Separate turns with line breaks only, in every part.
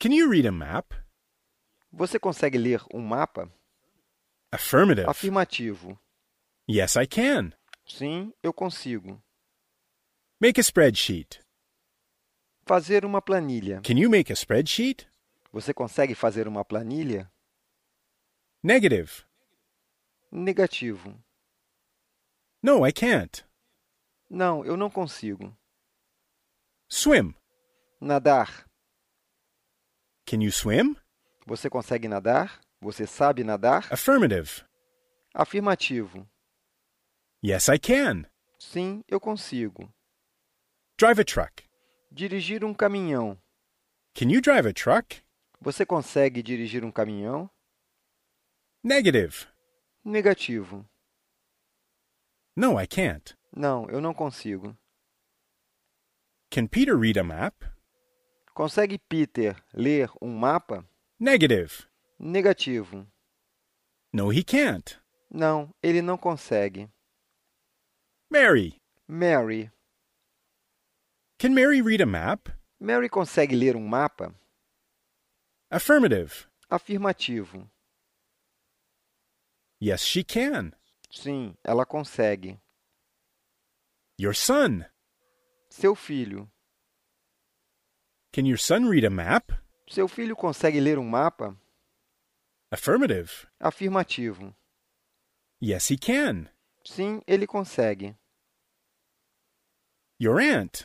Can you read a map?
Você consegue ler um mapa?
Affirmative.
Afirmativo.
Yes, I can.
Sim, eu consigo.
Make a spreadsheet.
Fazer uma planilha.
Can you make a spreadsheet?
Você consegue fazer uma planilha?
Negative.
Negativo.
No, I can't.
Não, eu não consigo.
Swim.
Nadar.
Can you swim?
Você consegue nadar? Você sabe nadar?
Affirmative.
Afirmativo.
Yes, I can.
Sim, eu consigo.
Drive a truck.
Dirigir um caminhão.
Can you drive a truck?
Você consegue dirigir um caminhão?
Negative.
Negativo.
No, I can't.
Não, eu não consigo.
Can Peter read a map?
Consegue Peter ler um mapa?
Negative.
Negativo.
No, he can't.
Não, ele não consegue.
Mary.
Mary.
Can Mary read a map?
Mary consegue ler um mapa?
Affirmative.
Afirmativo.
Yes, she can.
Sim, ela consegue.
Your son.
Seu filho.
Can your son read a map?
Seu filho consegue ler um mapa?
Affirmative.
Afirmativo.
Yes, he can.
Sim, ele consegue.
Your aunt.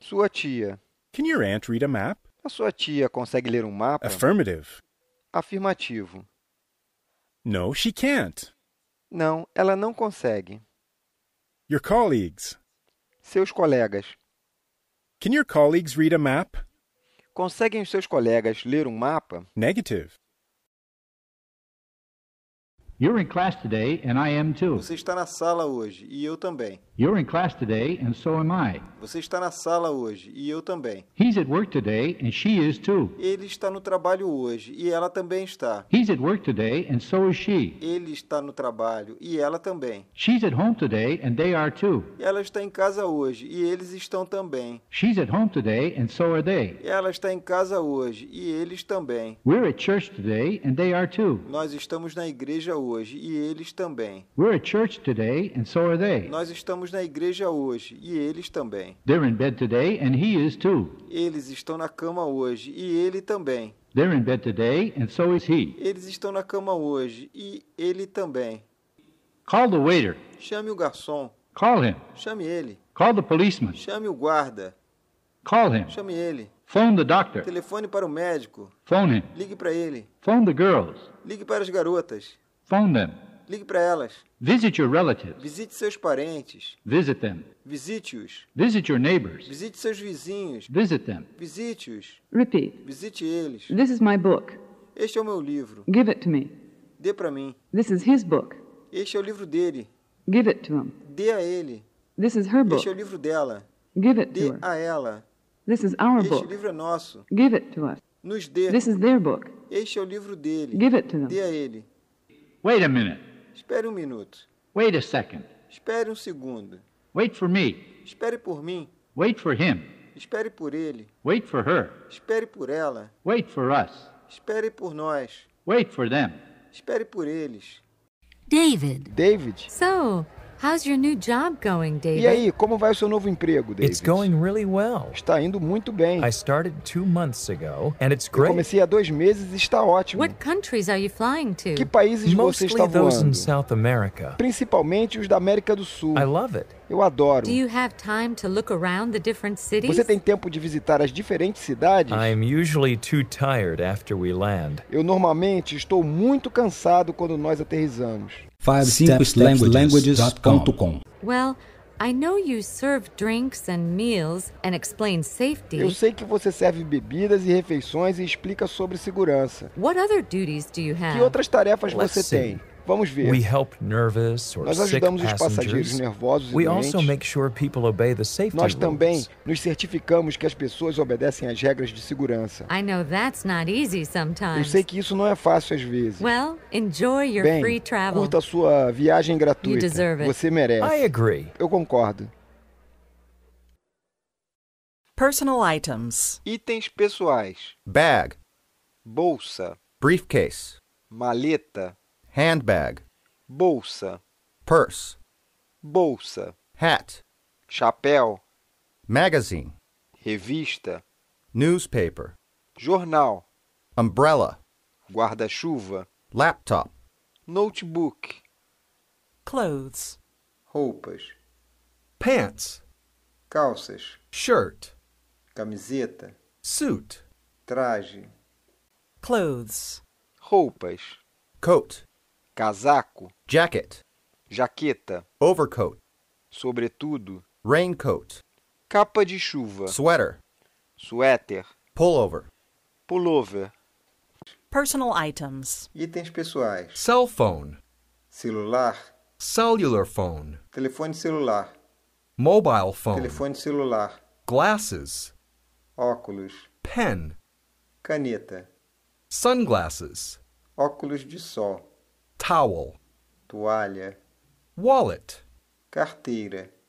Sua tia.
Can your aunt read a map?
A sua tia consegue ler um mapa?
Affirmative.
Afirmativo.
No, she can't.
Não, ela não consegue.
Your colleagues.
Seus colegas.
Can your colleagues read a map?
Conseguem os seus colegas ler um mapa?
Negative.
You're in class today, and I am too.
Você está na sala hoje e eu também.
You're in class today, and so am I.
Você está na sala hoje e eu também.
He's at work today, and she is too.
Ele está no trabalho hoje e ela também está.
He's at work today, and so is she.
Ele está no trabalho e ela também.
She's at home today, and they are too.
Ela está em casa hoje e eles estão também.
She's at home today, and so are they.
Ela está em casa hoje e eles também.
We're at church today, and they are too.
Nós estamos na igreja hoje e eles também.
We're at church today, and so are they.
Nós estamos na igreja hoje e eles também.
They're in bed today, and he is too.
Eles estão na cama hoje e ele também.
They're in bed today, and so is he.
Eles estão na cama hoje e ele também.
Call the waiter.
Chame o garçom,
Call him.
chame ele,
Call the policeman.
chame o guarda,
Call him.
chame ele.
Phone the doctor.
Telefone para o médico,
Phone him.
ligue para ele,
Phone the girls.
ligue para as garotas,
Phone them.
ligue para elas.
Visit your relatives.
Visite seus parentes,
Visit them.
visite-os,
Visit your neighbors.
visite seus vizinhos,
Visit them.
visite-os,
Repeat.
visite eles.
This is my book.
Este é o meu livro,
Give it to me.
dê para mim.
This is his book.
Este é o livro dele,
Give it to him.
dê a ele.
This is
Tá
her book.
Este é o livro dela,
Give it
dê
to her.
a ela.
This is
Tá
our
Este
book.
livro é nosso,
Give it to us.
nos dê.
This is their book.
Este é o livro dele,
Give it to them.
dê a ele.
Wait a minute.
Espere um minuto,
Wait a second.
espere um segundo,
Wait for me.
espere por mim.
Wait for him.
Espere por ele,
Wait for her.
espere por ela,
Wait for us.
espere por nós,
Wait for them.
espere por eles.
David.
David,
So, how's your new job going, David?
e aí, como vai o seu novo emprego, David?
It's going really well.
Está indo muito bem.
I started two months ago, and it's
Eu
great.
comecei há dois meses e está ótimo.
What countries are you flying to?
Que países você está
Mostly those in
voando?
South America.
Principalmente os da América do Sul.
I love it.
Eu adoro.
Do you have time to look around the different cities?
Você tem tempo de visitar as diferentes cidades?
I'm usually too tired after we land.
Eu normalmente estou muito cansado quando nós aterrissamos.
5stepslanguages.com
Well, I know you serve drinks and meals and explain safety.
Eu sei que você serve bebidas e refeições e explica sobre segurança.
What other duties do you have?
Que outras tarefas
Let's
você
see.
tem? Vamos ver.
We help nervous or
Nós
sick
ajudamos os passageiros
passengers.
nervosos e
We also
doentes.
make sure people obey the safety
Nós também
rules.
nos certificamos que as pessoas obedecem às regras de segurança.
I know that's not easy
Eu
sometimes.
sei que isso não é fácil às vezes.
Well, enjoy your
Bem,
free travel.
curta a sua viagem gratuita.
deserve it.
Você
Ah,
I
é.
merece.
agree.
Eu concordo.
Personal items.
Itens pessoais.
Bag.
bolsa,
briefcase,
maleta,
handbag,
bolsa,
purse,
bolsa,
hat,
chapéu,
magazine,
revista,
newspaper,
jornal,
umbrella,
guarda-chuva,
laptop,
notebook,
clothes,
roupas,
pants,
calças,
shirt,
camiseta,
suit,
traje,
clothes,
roupas,
coat,
casaco,
jacket,
jaqueta,
overcoat,
sobretudo,
raincoat,
capa de chuva,
sweater,
suéter,
pullover,
pullover,
personal items,
itens pessoais,
cell phone,
celular,
cellular phone,
telefone celular,
mobile
Oh.
phone,
telefone celular,
glasses,
óculos,
pen,
caneta,
sunglasses,
óculos de sol,
towel,
toalha,
wallet,
carteira,